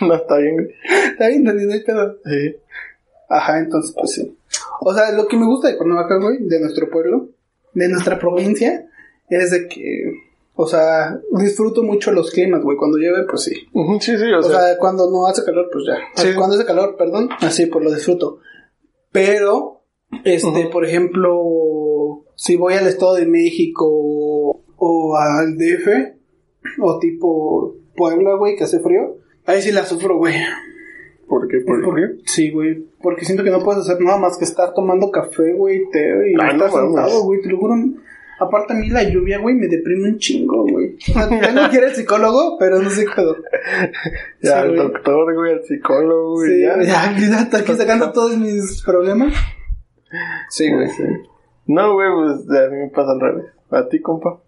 Speaker 2: no, está bien, güey.
Speaker 1: Está bien, Dani, no hay pedo.
Speaker 2: Sí.
Speaker 1: Ajá, entonces pues sí. O sea, lo que me gusta de Cuernavaca, güey, de nuestro pueblo, de nuestra provincia, es de que, o sea, disfruto mucho los climas, güey. Cuando llueve, pues sí.
Speaker 2: Ujú, Sí, sí,
Speaker 1: O,
Speaker 2: o,
Speaker 1: sea,
Speaker 2: sea,
Speaker 1: cuando no hace calor, pues ya.
Speaker 2: Sí.
Speaker 1: Cuando hace calor, perdón, así, pues lo disfruto. Pero, este,
Speaker 2: Ujú.
Speaker 1: por ejemplo, si voy al Estado de México o al DF, o tipo Puebla, güey, que hace frío, ahí sí la sufro, güey.
Speaker 2: ¿Por qué? ¿Por,
Speaker 1: ¿Por qué? Sí, güey. Porque siento que no puedes hacer nada más que estar tomando café, güey, té, y
Speaker 2: Ah,
Speaker 1: estar
Speaker 2: no mames.
Speaker 1: sentado, güey. Te lo juro. Aparte, a mí la lluvia, güey, me deprime un chingo, güey.
Speaker 2: [laughs]
Speaker 1: O sea, Tengo que ir al psicólogo, pero no sé cuándo.
Speaker 2: Ya,
Speaker 1: Sí,
Speaker 2: al
Speaker 1: güey.
Speaker 2: doctor, güey, al psicólogo, güey.
Speaker 1: Sí,
Speaker 2: ya.
Speaker 1: ya, ya, hasta aquí sacando todos mis problemas. Pues, Sí, güey.
Speaker 2: Sí. No, güey, pues a mí me pasa al revés. A ti, compa.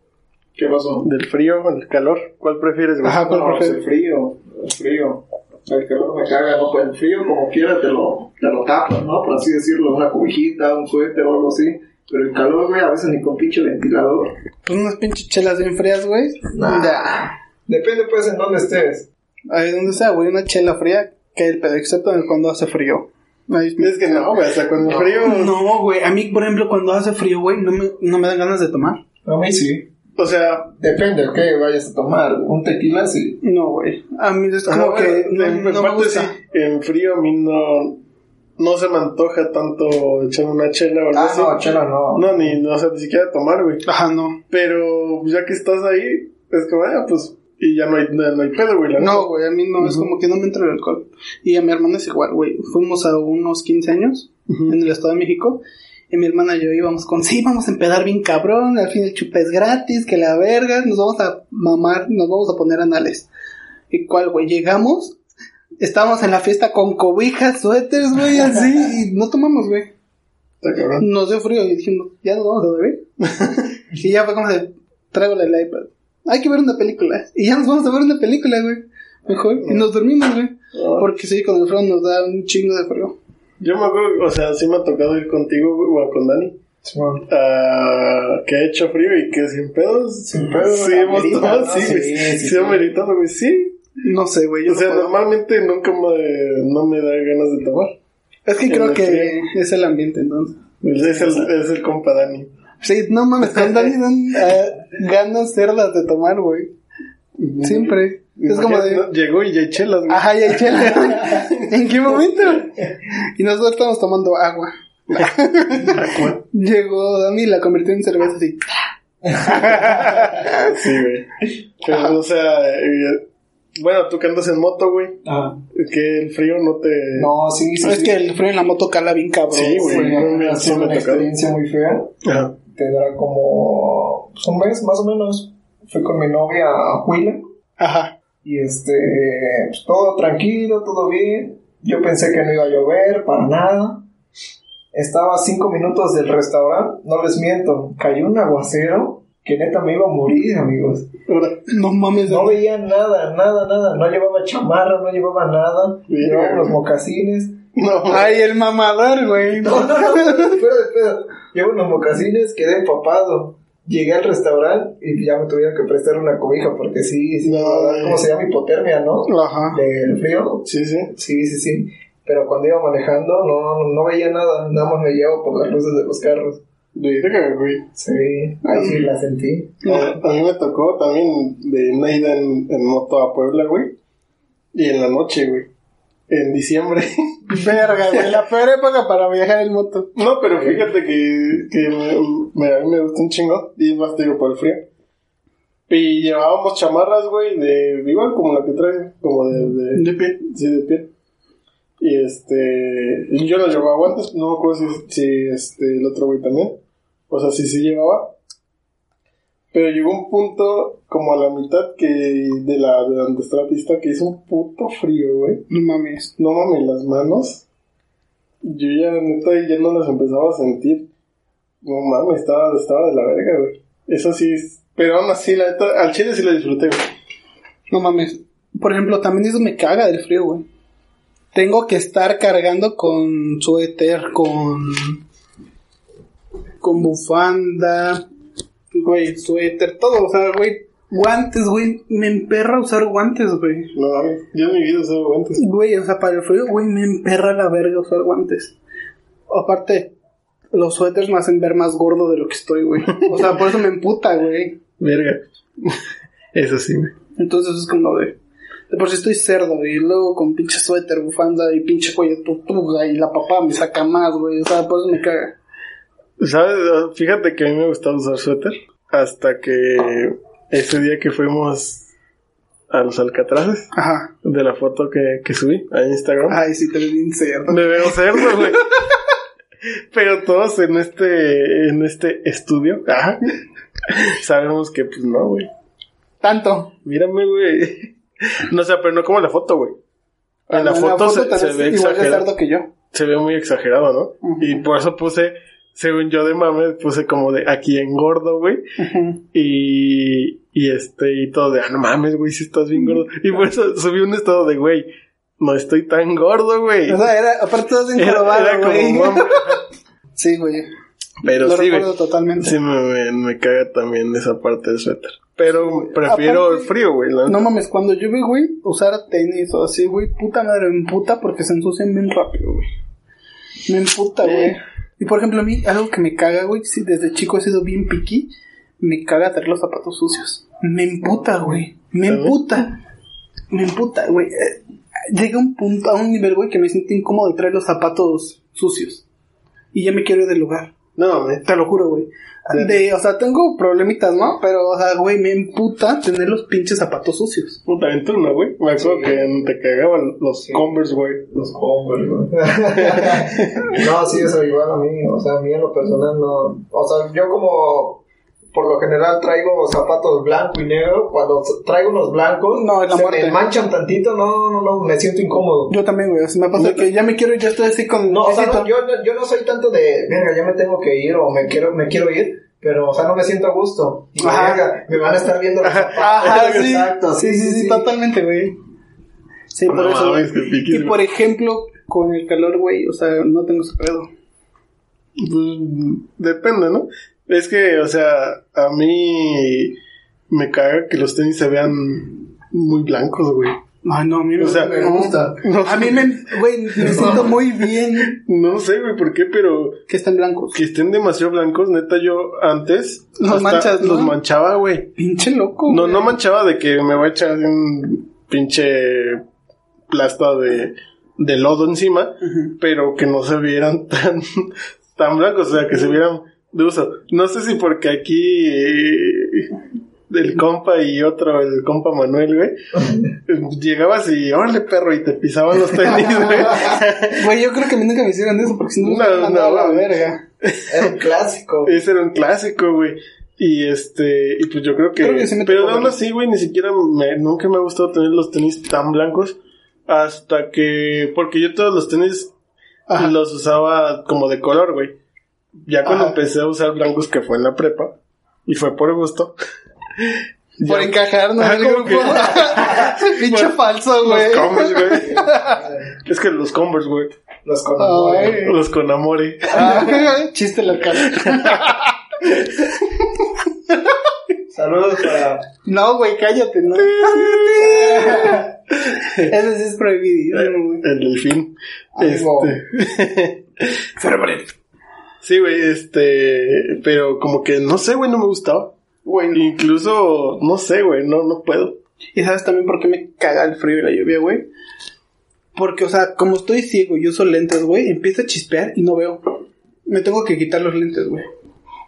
Speaker 3: ¿Qué pasó?
Speaker 2: Del frío, el calor. ¿Cuál prefieres, güey?
Speaker 1: Ajá, ¿cuál
Speaker 3: No, es
Speaker 1: prefieres?
Speaker 3: el frío, el frío. El calor me caga, ¿no? Pues el frío, como quiera, te lo, te lo tapas, ¿no? Por así decirlo, una cobijita, un suéter o algo así. Pero el calor, güey, a veces ni con pinche ventilador.
Speaker 1: Pues unas pinches chelas bien frías, güey. Ya.
Speaker 3: Depende, pues, en dónde estés.
Speaker 1: Ahí donde sea, güey, una chela fría. Que el pedo, excepto en cuando hace frío. Ahí
Speaker 2: Es que no, güey, o sea, con el frío.
Speaker 1: No, güey. A mí, por ejemplo, cuando hace frío, güey, no me, no me dan ganas de tomar.
Speaker 3: A mí sí.
Speaker 2: O sea,
Speaker 3: Depende de qué vayas a tomar. Un tequila, sí.
Speaker 1: No, güey. A mí es
Speaker 2: Ajá,
Speaker 1: como que
Speaker 2: Ah, bueno,
Speaker 1: no,
Speaker 2: en-
Speaker 1: no
Speaker 2: en
Speaker 1: me
Speaker 2: parte
Speaker 1: gusta.
Speaker 2: sí, en frío a mí no, no se me antoja tanto echar una chela o algo
Speaker 3: Ah,
Speaker 2: así.
Speaker 3: no, chela, no.
Speaker 2: No, ni, no, o sea, ni siquiera tomar, güey.
Speaker 1: Ajá, no.
Speaker 2: Pero ya que estás ahí, es como, ah, pues, y ya no hay, no, no hay pedo, güey. la
Speaker 1: No,
Speaker 2: neta.
Speaker 1: güey, a mí no, es
Speaker 2: Ujú.
Speaker 1: como que no me entra el alcohol. Y a mi hermana es igual, güey. Fuimos a unos 15 años
Speaker 2: Ujú.
Speaker 1: en el Estado de México. Y mi hermana y yo íbamos con, sí, vamos a empedar bien cabrón. Al fin el chupe es gratis, que la verga. Nos vamos a mamar, nos vamos a poner anales. ¿Y cuál, güey? Llegamos, estábamos en la fiesta con cobijas, suéteres, güey, así. y no tomamos, güey.
Speaker 2: Está cabrón.
Speaker 1: Nos dio frío y dijimos, ya nos vamos a beber.
Speaker 2: [laughs]
Speaker 1: y ya fue como de, tráigole el iPad. Hay que ver una película. Y ya nos vamos a ver una película, güey. Mejor. Y nos dormimos, güey.
Speaker 2: Ah,
Speaker 1: Porque sí, con el frío nos da un chingo de frío.
Speaker 2: Yo me acuerdo, o sea, sí me ha tocado ir contigo, güey, o con Dani.
Speaker 3: Simón.
Speaker 2: a que ha hecho frío y que sin pedos.
Speaker 3: Sin pedos,
Speaker 2: Sí, hemos
Speaker 3: amerita,
Speaker 2: tomado,
Speaker 3: ¿no?
Speaker 2: sí,
Speaker 3: Sí,
Speaker 2: güey.
Speaker 3: sí,
Speaker 2: Sí,
Speaker 3: sí.
Speaker 2: ha meritado, güey, sí.
Speaker 1: No sé, güey. yo
Speaker 2: O
Speaker 1: no
Speaker 2: sea,
Speaker 1: puedo.
Speaker 2: normalmente nunca me, no me da ganas de tomar.
Speaker 1: es que
Speaker 2: en
Speaker 1: creo
Speaker 2: el
Speaker 1: que
Speaker 2: frío.
Speaker 1: es el ambiente, entonces.
Speaker 2: Pues Es el, es el compa Dani.
Speaker 1: Sí, no mames, con Dani dan eh, ganas cerdas de tomar, güey. Siempre. Es como de...
Speaker 2: Imagínate, Llegó y ya hay
Speaker 1: [laughs]
Speaker 2: chelas, güey.
Speaker 1: Ajá, ya chela. ¿En qué momento? Y nosotros estamos tomando agua. Llegó Dani y la convirtió en cerveza así.
Speaker 2: Sí, güey. Pero, o sea, eh, bueno, tú que andas en moto, güey,
Speaker 3: Ah.
Speaker 2: que el frío no te.
Speaker 3: No, sí, sí.
Speaker 1: es
Speaker 3: sí.
Speaker 1: que el frío en la moto cala bien cabrón.
Speaker 2: Sí, güey.
Speaker 3: Sí,
Speaker 2: no me-
Speaker 3: ha sido
Speaker 2: no me
Speaker 3: una
Speaker 2: ha tocado.
Speaker 3: experiencia muy fea.
Speaker 2: Ajá.
Speaker 3: tendrá como pues, un mes más o menos. Fui con mi novia a Huila
Speaker 1: Ajá.
Speaker 3: y este, pues, todo tranquilo, todo bien. Yo pensé que no iba a llover, para nada. Estaba a cinco minutos del restaurante, no les miento, cayó un aguacero que neta me iba a morir, amigos.
Speaker 1: Ahora, no mames,
Speaker 3: No veía nada, nada, nada. No llevaba chamarra, no llevaba nada.
Speaker 2: Bien.
Speaker 3: Llevaba los mocasines.
Speaker 2: No,
Speaker 1: Ay, el mamador, güey.
Speaker 3: No, no, no, espera, espera. Llevo unos mocasines, quedé empapado. Llegué al restaurante y ya me tuvieron que prestar una cobija porque sí, sí,
Speaker 2: No,
Speaker 3: me iba a dar,
Speaker 2: güey.
Speaker 3: ¿cómo se llama? Hipotermia, ¿no?
Speaker 1: Ajá.
Speaker 3: Del frío.
Speaker 2: sí, sí.
Speaker 3: Sí, sí, sí. Pero cuando iba manejando no, no veía nada, nada más me llevo por las luces de los carros.
Speaker 2: Verga, güey.
Speaker 3: Sí, ahí sí la sentí.
Speaker 2: A mí me tocó también de una ida en, en moto a Puebla, güey. Y en la noche, güey. En diciembre. [laughs]
Speaker 1: Verga, güey. La peor época para viajar en moto.
Speaker 2: no, pero fíjate que, que me, me- a mí me gusta un chingo. Y más te digo por el frío. Y llevábamos chamarras, güey, de igual como la que trae, como de, de,
Speaker 1: De pie.
Speaker 2: sí, de piel. Y este, y yo no llevaba guantes, no me acuerdo si, si, este, el otro güey también. O sea, sí, sí llevaba. Pero llegó un punto, como a la mitad que de la, de donde está la pista, que hizo un puto frío, güey.
Speaker 1: No mames.
Speaker 2: No mames, las manos. Yo ya, neta, ya no las empezaba a sentir. No mames, estaba, estaba de la verga, güey. Eso sí, es- pero aún así, la neta, al chile sí lo disfruté, güey.
Speaker 1: No mames. Por ejemplo, también eso me caga del frío, güey. Tengo que estar cargando con suéter, con. con bufanda, güey, suéter, todo. O sea, güey, guantes, güey. Me emperra usar guantes, güey.
Speaker 2: No mames, yo en mi vida usaba guantes.
Speaker 1: Güey, o sea, para el frío, güey, me emperra la verga usar guantes. Aparte, los suéteres me hacen ver más gordo de lo que estoy, güey. O sea, por eso me emputa, güey.
Speaker 2: Verga. [laughs] Eso sí, güey.
Speaker 1: Entonces es como de. De por si estoy cerdo, güey. y Luego con pinche suéter, bufanda y pinche cuello de tortuga y la papá me saca más, güey. O sea, por eso me caga.
Speaker 2: ¿Sabes? Ah, Fíjate que a mí me gustaba usar suéter. Hasta que ese día que fuimos a los Alcatraces,
Speaker 1: Ajá.
Speaker 2: de la foto que, que subí a Instagram,
Speaker 1: Ay, sí, te ves bien cerdo.
Speaker 2: me veo cerdo, güey. [laughs] Pero todos en este, en este estudio, ajá, sabemos que pues no, güey.
Speaker 1: Tanto.
Speaker 2: Mírame, güey. No, o sea, pero no como la foto, güey. En
Speaker 1: Ah,
Speaker 2: la, foto, se,
Speaker 1: tal
Speaker 2: se
Speaker 1: vez
Speaker 2: ve
Speaker 1: igual de
Speaker 2: exagerado.
Speaker 1: cerdo que yo.
Speaker 2: se ve muy exagerado, ¿no?
Speaker 1: Ujú.
Speaker 2: Y por eso puse, según yo de mame, puse como de aquí engordo, güey.
Speaker 1: Ujú.
Speaker 2: Y, y este, y todo de, ah, no mames, güey, si estás bien gordo. Y por eso subí un estado de, güey, no estoy tan gordo, güey.
Speaker 1: O sea, era, aparte todo
Speaker 2: Era- era
Speaker 1: encorvado, güey.
Speaker 2: como mame.
Speaker 1: [laughs] Sí, güey.
Speaker 2: Pero
Speaker 1: Lo
Speaker 2: sí, güey.
Speaker 1: recuerdo totalmente.
Speaker 2: Sí, me, me, me caga también esa parte del suéter. Pero prefiero
Speaker 1: Aparte-
Speaker 2: el frío, güey. la
Speaker 1: No
Speaker 2: neta.
Speaker 1: mames, cuando llueve, güey, usar tenis o así, güey, puta madre, me emputa porque se ensucian bien rápido, güey. Me emputa, güey. Y por ejemplo, a mí, algo que me caga, güey, si desde chico he sido bien piqui, me caga tener los zapatos sucios. Me emputa, güey. Me
Speaker 2: ¿Sabes?
Speaker 1: emputa. Me emputa, güey. Eh, Llega un punto, a un nivel, güey, que me siento incómodo de traer los zapatos sucios. Y ya me quiero ir del lugar.
Speaker 2: No, mames.
Speaker 1: Te lo juro, güey.
Speaker 2: Sí.
Speaker 1: De, o sea, tengo problemitas, ¿no? Pero, o sea, güey, me emputa tener los pinches zapatos sucios.
Speaker 2: Puta en turno, güey. Me acuerdo que te cagaban los Converse, güey.
Speaker 3: Los hombres,
Speaker 1: [laughs]
Speaker 3: no, sí, eso igual a mí. O sea, a mí en lo personal no. O sea, yo como. Por lo general traigo zapatos blanco y negro. Cuando s- traigo unos blancos,
Speaker 1: No, es la
Speaker 3: se
Speaker 1: muerte.
Speaker 3: me manchan tantito. No, no, no, me siento incómodo.
Speaker 1: Yo también, güey. o sea, me pasa que ya me quiero ir, ya estoy así con.
Speaker 3: No, o sea, no,
Speaker 1: necesito-
Speaker 3: yo, no- yo no soy tanto de, verga, ya me tengo que ir o me quiero, me quiero ir, pero, o sea, no me siento a gusto. Y,
Speaker 1: Ajá.
Speaker 3: verga, me van a estar viendo los
Speaker 2: [laughs]
Speaker 3: zapatos. [laughs]
Speaker 1: Ajá, sí.
Speaker 3: Exacto,
Speaker 1: sí, sí, sí, totalmente, güey. Sí, por
Speaker 2: No
Speaker 1: eso.
Speaker 2: mames,
Speaker 1: güey.
Speaker 2: qué piquis,
Speaker 1: y por ejemplo, con el calor, güey, o sea, no tengo ese pedo.
Speaker 2: Pues, depende, ¿no? Es que, o sea, a mí me caga que los tenis se vean muy blancos, güey.
Speaker 1: Ay, no, a mí me,
Speaker 2: O sea,
Speaker 1: no.
Speaker 2: me gusta.
Speaker 1: A mí me, güey, me siento muy bien
Speaker 2: No sé, güey, por qué, pero
Speaker 1: que estén blancos.
Speaker 2: que estén demasiado blancos, neta, yo antes
Speaker 1: Los
Speaker 2: hasta
Speaker 1: manchas, ¿no?
Speaker 2: los manchaba, güey.
Speaker 1: Pinche loco.
Speaker 2: No,
Speaker 1: güey.
Speaker 2: no manchaba de que me voy a echar un pinche plasta de, de lodo encima,
Speaker 1: Ujú.
Speaker 2: pero que no se vieran [laughs] tan, tan blancos, o sea, que se vieran de uso. No sé si porque aquí eh, el compa y otro, el compa Manuel, güey, eh, llegabas y, órale, perro, y te pisaban los tenis, güey.
Speaker 1: Güey, yo creo que a mí nunca me hicieron eso porque si no me
Speaker 2: No,
Speaker 1: hubieran mandado
Speaker 2: no,
Speaker 1: a la
Speaker 2: güey.
Speaker 1: verga.
Speaker 3: Era
Speaker 1: [laughs]
Speaker 3: un clásico.
Speaker 2: [laughs] Ese era un clásico, güey. Y este, y pues yo creo que.
Speaker 1: Creo que sí me
Speaker 2: pero
Speaker 1: tocó
Speaker 2: aún
Speaker 1: verlo.
Speaker 2: así, güey, ni siquiera me, nunca me ha gustado tener los tenis tan blancos. Hasta que. Porque yo todos los tenis
Speaker 1: Ajá.
Speaker 2: los usaba como de color, güey. Ya cuando
Speaker 1: Ajá.
Speaker 2: empecé a usar blancos, que fue en la prepa, y fue por gusto.
Speaker 1: [laughs] Por
Speaker 2: ya-
Speaker 1: encajar, ¿no?
Speaker 2: Ah,
Speaker 1: El
Speaker 2: ¿cómo
Speaker 1: grupo. [laughs] Pinche
Speaker 2: Por-
Speaker 1: falso,
Speaker 2: [laughs] Los
Speaker 1: güey.
Speaker 2: Converse, güey. es que los Converse, güey.
Speaker 3: Los conozco.
Speaker 1: Ay.
Speaker 2: Los con eh. Amore.
Speaker 1: Ah, [laughs] chiste local.
Speaker 3: Saludos para.
Speaker 1: No, güey, cállate,
Speaker 2: [laughs]
Speaker 1: ¿no? Eso sí es
Speaker 2: [laughs]
Speaker 1: prohibido, güey.
Speaker 2: El delfín.
Speaker 1: Ay, wow.
Speaker 2: [laughs] Este. sí, güey, este. Pero como que no sé, güey, no me gustaba.
Speaker 1: Güey,
Speaker 2: Incluso, no sé, güey, no, no puedo.
Speaker 1: ¿Y sabes también por qué me caga el frío y la lluvia, güey? Porque, o sea, como estoy ciego y uso lentes, güey, empieza a chispear y no veo. Me tengo que quitar los lentes, güey.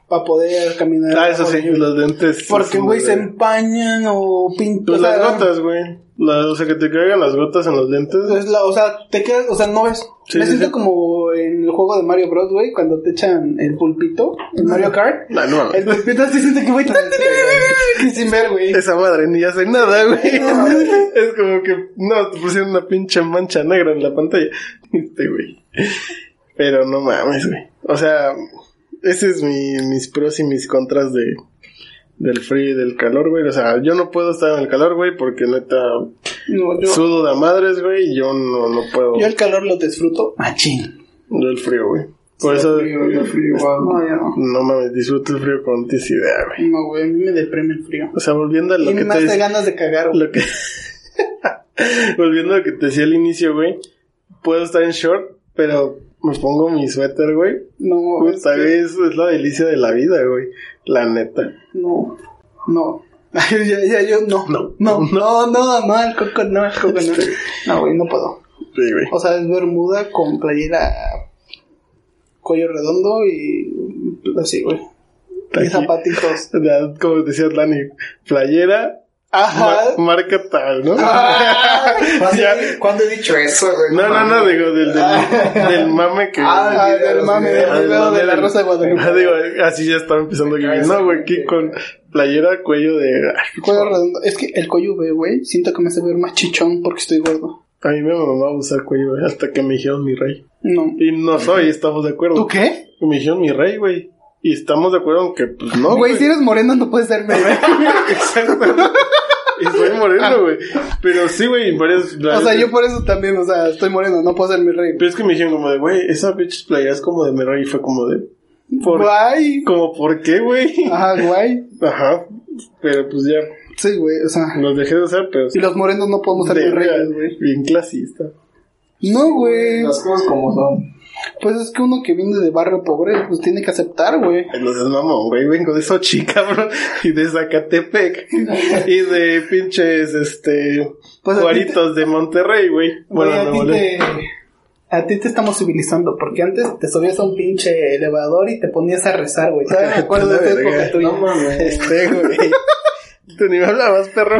Speaker 1: Para poder caminar.
Speaker 2: Ah, eso
Speaker 1: bajo la
Speaker 2: sí,
Speaker 1: lluvia.
Speaker 2: los dentes.
Speaker 1: Porque, güey, se
Speaker 2: se
Speaker 1: empañan o pintan.
Speaker 2: Pues las gotas, güey. La- o sea, que te caigan las gotas en los lentes.
Speaker 1: Es la- o sea, te quedas, o sea, no ves.
Speaker 2: Sí,
Speaker 1: Me
Speaker 2: sí,
Speaker 1: siento
Speaker 2: sí.
Speaker 1: como en el juego de Mario Bros, güey, cuando te echan el pulpito en Mario Kart.
Speaker 2: Ah, No, no,
Speaker 1: El pulpito así siente que, güey, que sin ver, güey.
Speaker 2: Esa madre ni hace nada, güey.
Speaker 1: [laughs]
Speaker 2: es como que, no, te pusieron una pinche mancha negra en la pantalla. Este, güey. Pero no mames, güey. O sea, ese es mi, mis pros y mis contras de, del frío y del calor, güey. O sea, yo no puedo estar en el calor, güey, porque neta
Speaker 1: No, yo,
Speaker 2: sudo de madres, güey, y yo no, no puedo.
Speaker 1: yo el calor lo disfruto machín.
Speaker 2: Yo el frío, güey. Por eso,
Speaker 1: No, yo no.
Speaker 2: no mames, disfruto el frío con tis idea, güey.
Speaker 1: No, güey, a mí me deprime el frío.
Speaker 2: O sea, volviendo a lo
Speaker 1: Y
Speaker 2: que
Speaker 1: más
Speaker 2: te
Speaker 1: de ganas de cagar, güey.
Speaker 2: [laughs] Lo que... Volviendo a lo que te decía al inicio, güey. Puedo estar en short, pero me pongo mi suéter, güey.
Speaker 1: No, es
Speaker 2: Puta,
Speaker 1: que-
Speaker 2: güey, eso es la delicia de la vida, güey. La neta.
Speaker 1: No, no. [laughs] ya, ya, yo no.
Speaker 2: No.
Speaker 1: no, no, no, no, el coco, no, el coco, no. No, güey, no puedo.
Speaker 2: Sí, güey.
Speaker 1: O sea, es bermuda con playera cuello redondo y así, güey. Y
Speaker 2: Aquí.
Speaker 1: zapatitos.
Speaker 2: O sea, Como decía Dani, playera,
Speaker 1: Ajá. Ah.
Speaker 2: ma- marca tal, ¿no?
Speaker 3: ¿Cuándo,
Speaker 2: Ya.
Speaker 3: cuándo he dicho eso, güey?
Speaker 2: No, no, no, digo, del, del, del mame que...
Speaker 3: Ah,
Speaker 1: Ah, del
Speaker 3: los
Speaker 1: mame, del
Speaker 3: videos,
Speaker 2: del
Speaker 1: video
Speaker 2: mame
Speaker 1: de la
Speaker 2: del-
Speaker 1: Rosa de
Speaker 2: Ah,
Speaker 1: Guadalupe. Ah,
Speaker 2: digo, así ya estaba empezando que no, güey, aquí con playera, cuello de...
Speaker 1: Cuello redondo. Es que el cuello V, güey, siento que me hace ver más chichón porque estoy gordo.
Speaker 2: A mí me mamaba usar cuello, güey, hasta que me dijeron mi rey.
Speaker 1: No.
Speaker 2: Y no soy, estamos de acuerdo.
Speaker 1: ¿Tú qué?
Speaker 2: Me dijeron mi rey, güey. Y estamos de acuerdo en que, pues no.
Speaker 1: Güey, si eres moreno no puedes ser mi [laughs] rey.
Speaker 2: [laughs] Exacto. y soy moreno, güey. Pero sí, güey, varias.
Speaker 1: O sea, yo por eso también, o sea, estoy moreno, no puedo ser mi rey.
Speaker 2: Pero es que me dijeron como de, güey, esa bitch playera es como de mi rey. Y fue como de. ¿Por,
Speaker 1: Guay.
Speaker 2: como, ¿por qué, güey?
Speaker 1: Ajá, guay.
Speaker 2: Ajá. Pero pues ya,
Speaker 1: Sí, güey, o sea.
Speaker 2: los dejé de usar, pero
Speaker 1: Y
Speaker 2: sí.
Speaker 1: los morenos no podemos ser
Speaker 2: de-
Speaker 1: mis reyes, güey.
Speaker 2: Bien clasista.
Speaker 1: No, güey.
Speaker 3: Las cosas como son.
Speaker 1: Pues es que uno que viene de barrio pobre, pues tiene que aceptar, güey.
Speaker 2: Entonces, mamón, güey, vengo de Sochi, [laughs] cabrón, y de Zacatepec, y de pinches, este,
Speaker 1: Pues a ti
Speaker 2: Juaritos de Monterrey, güey.
Speaker 1: Güey,
Speaker 2: Bueno,
Speaker 1: a,
Speaker 2: no,
Speaker 1: ti te, a ti te estamos civilizando, porque antes te subías a un pinche elevador y te ponías a rezar, güey. [laughs] ¿Sabes? Me acuerdo de esa
Speaker 2: Verga.
Speaker 1: época tuya.
Speaker 3: No mames.
Speaker 2: Este, güey. [laughs] Tú ni me hablabas, perro.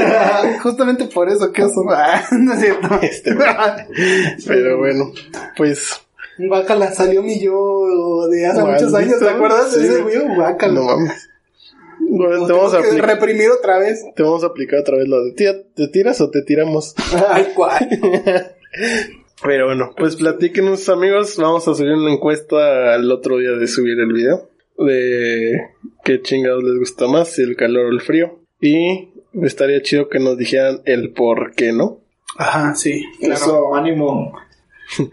Speaker 1: [laughs] Justamente por eso, que oso. Ah, [laughs] no es cierto.
Speaker 2: este
Speaker 1: [laughs]
Speaker 2: Pero bueno, pues.
Speaker 1: Bácala, salió mi yo de hace
Speaker 2: Maldito,
Speaker 1: muchos años, ¿te acuerdas de
Speaker 2: sí,
Speaker 1: ese
Speaker 2: güey.
Speaker 1: güey? Bácala.
Speaker 2: No mames. Bueno,
Speaker 1: Lo
Speaker 2: te,
Speaker 1: tengo
Speaker 2: vamos a
Speaker 1: que
Speaker 2: aplicar-
Speaker 1: reprimir otra
Speaker 2: [laughs]
Speaker 1: vez.
Speaker 2: te vamos a aplicar otra vez lo de tía, ¿te tiras o te tiramos?
Speaker 1: Ay, guay.
Speaker 2: Pero bueno, pues platíquenos, amigos. Vamos a subir una encuesta al otro día de subir el video. De qué chingados les gusta más, si el calor o el frío. Y estaría chido que nos dijeran el por qué, ¿no? [laughs]
Speaker 1: Ajá, sí.
Speaker 3: Eso, ánimo.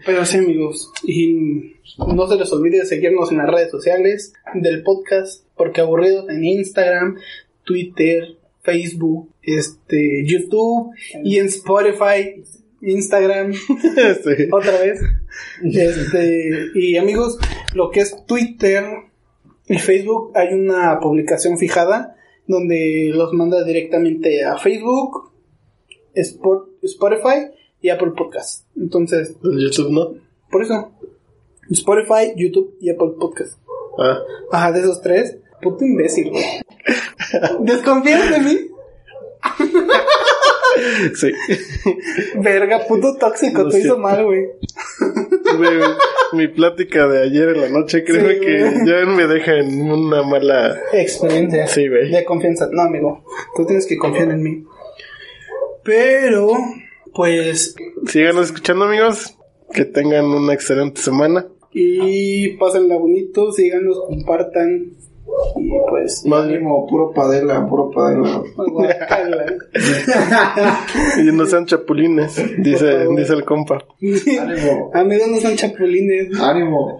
Speaker 1: Pero sí, amigos, y no se les olvide de seguirnos en las redes sociales del podcast, porque aburridos en Instagram, Twitter, Facebook, este, YouTube y en Spotify, Instagram, [laughs]
Speaker 2: Sí.
Speaker 1: otra vez. Este, y amigos, lo que es Twitter y Facebook, hay una publicación fijada donde los manda directamente a Facebook, Spot- Spotify y Apple Podcast. Entonces,
Speaker 2: YouTube no.
Speaker 1: por eso. Spotify, YouTube y Apple Podcast.
Speaker 2: Ah.
Speaker 1: Ajá, de esos tres. Puto imbécil, güey. [laughs] ¿Desconfías de mí?
Speaker 2: Sí. [laughs]
Speaker 1: Verga, puto tóxico,
Speaker 2: Lo
Speaker 1: te hizo
Speaker 2: siento.
Speaker 1: mal, güey.
Speaker 2: Güey, mi plática de ayer en la noche, créeme
Speaker 1: Sí,
Speaker 2: que
Speaker 1: güey.
Speaker 2: ya me deja en una mala.
Speaker 1: Experiencia.
Speaker 2: Sí, güey.
Speaker 1: De confianza. No, amigo. Tú tienes que confiar en mí. Pero, Pues,
Speaker 2: Sigan escuchando, amigos. Que tengan una excelente semana.
Speaker 1: y pásenla bonito, síganos, compartan. Y pues, [laughs]
Speaker 2: Más bien,
Speaker 3: Ánimo, puro padela, puro padela.
Speaker 1: aguantarla.
Speaker 2: y no sean chapulines, dice,
Speaker 1: favor.
Speaker 2: dice el compa.
Speaker 3: Ánimo.
Speaker 1: Amigos, no son
Speaker 2: [laughs]
Speaker 1: chapulines.
Speaker 3: Ánimo.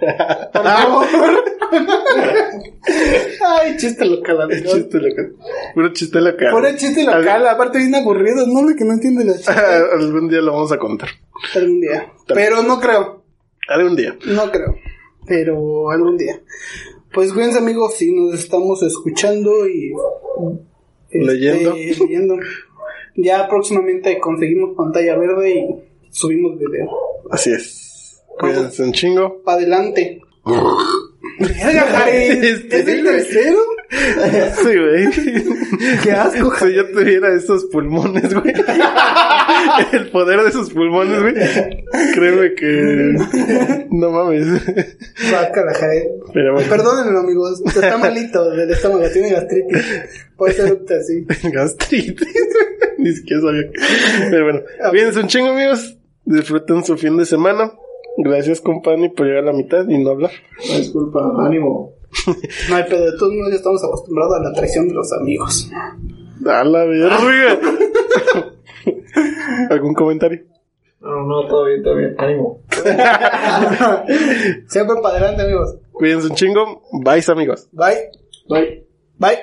Speaker 1: Ay, chiste local,
Speaker 2: El
Speaker 1: amigos.
Speaker 2: chiste local. Puro chiste local.
Speaker 1: Por el chiste local, aparte bien aburrido, no hombre, que no entiende la chiste
Speaker 2: [laughs] Algún día lo vamos a contar.
Speaker 1: algún día. Pero no creo,
Speaker 2: Algún día.
Speaker 1: no creo. Pero algún día. Pues cuídense amigos, si nos estamos escuchando y este,
Speaker 2: Leyendo.
Speaker 1: leyendo. Ya próximamente conseguimos pantalla verde y subimos video.
Speaker 2: Así es. Cuídense un chingo.
Speaker 1: [laughs] Pa' adelante. Verga, Jared, [laughs] ¿Es el tercero?
Speaker 2: Sí, güey.
Speaker 1: Qué asco,
Speaker 2: Si yo tuviera esos pulmones,
Speaker 1: [laughs]
Speaker 2: güey. El poder de esos pulmones, güey.
Speaker 1: [laughs]
Speaker 2: Créeme que. No mames.
Speaker 1: Guácala, Jared.
Speaker 2: Pero bueno.
Speaker 1: Perdónenlo, amigos. Está [laughs] malito del estómago, tiene gastritis. Por eso erupta así.
Speaker 2: [laughs] Gastritis. Ni siquiera sabía. Pero bueno. Cuídense un chingo, amigos. Disfruten su fin de semana. Gracias, compani, por llegar a la mitad y no hablar.
Speaker 3: Disculpa,
Speaker 2: [laughs]
Speaker 3: ánimo.
Speaker 1: No hay pedo, de todos modos ya estamos acostumbrados a la traición de los amigos.
Speaker 2: A la verga. [laughs] ¿Algún comentario?
Speaker 3: No, no, todo bien, todo bien. Ánimo.
Speaker 1: Siempre para adelante, amigos.
Speaker 2: Cuídense un chingo. Bye, amigos.
Speaker 1: Bye.
Speaker 3: Bye.
Speaker 1: Bye.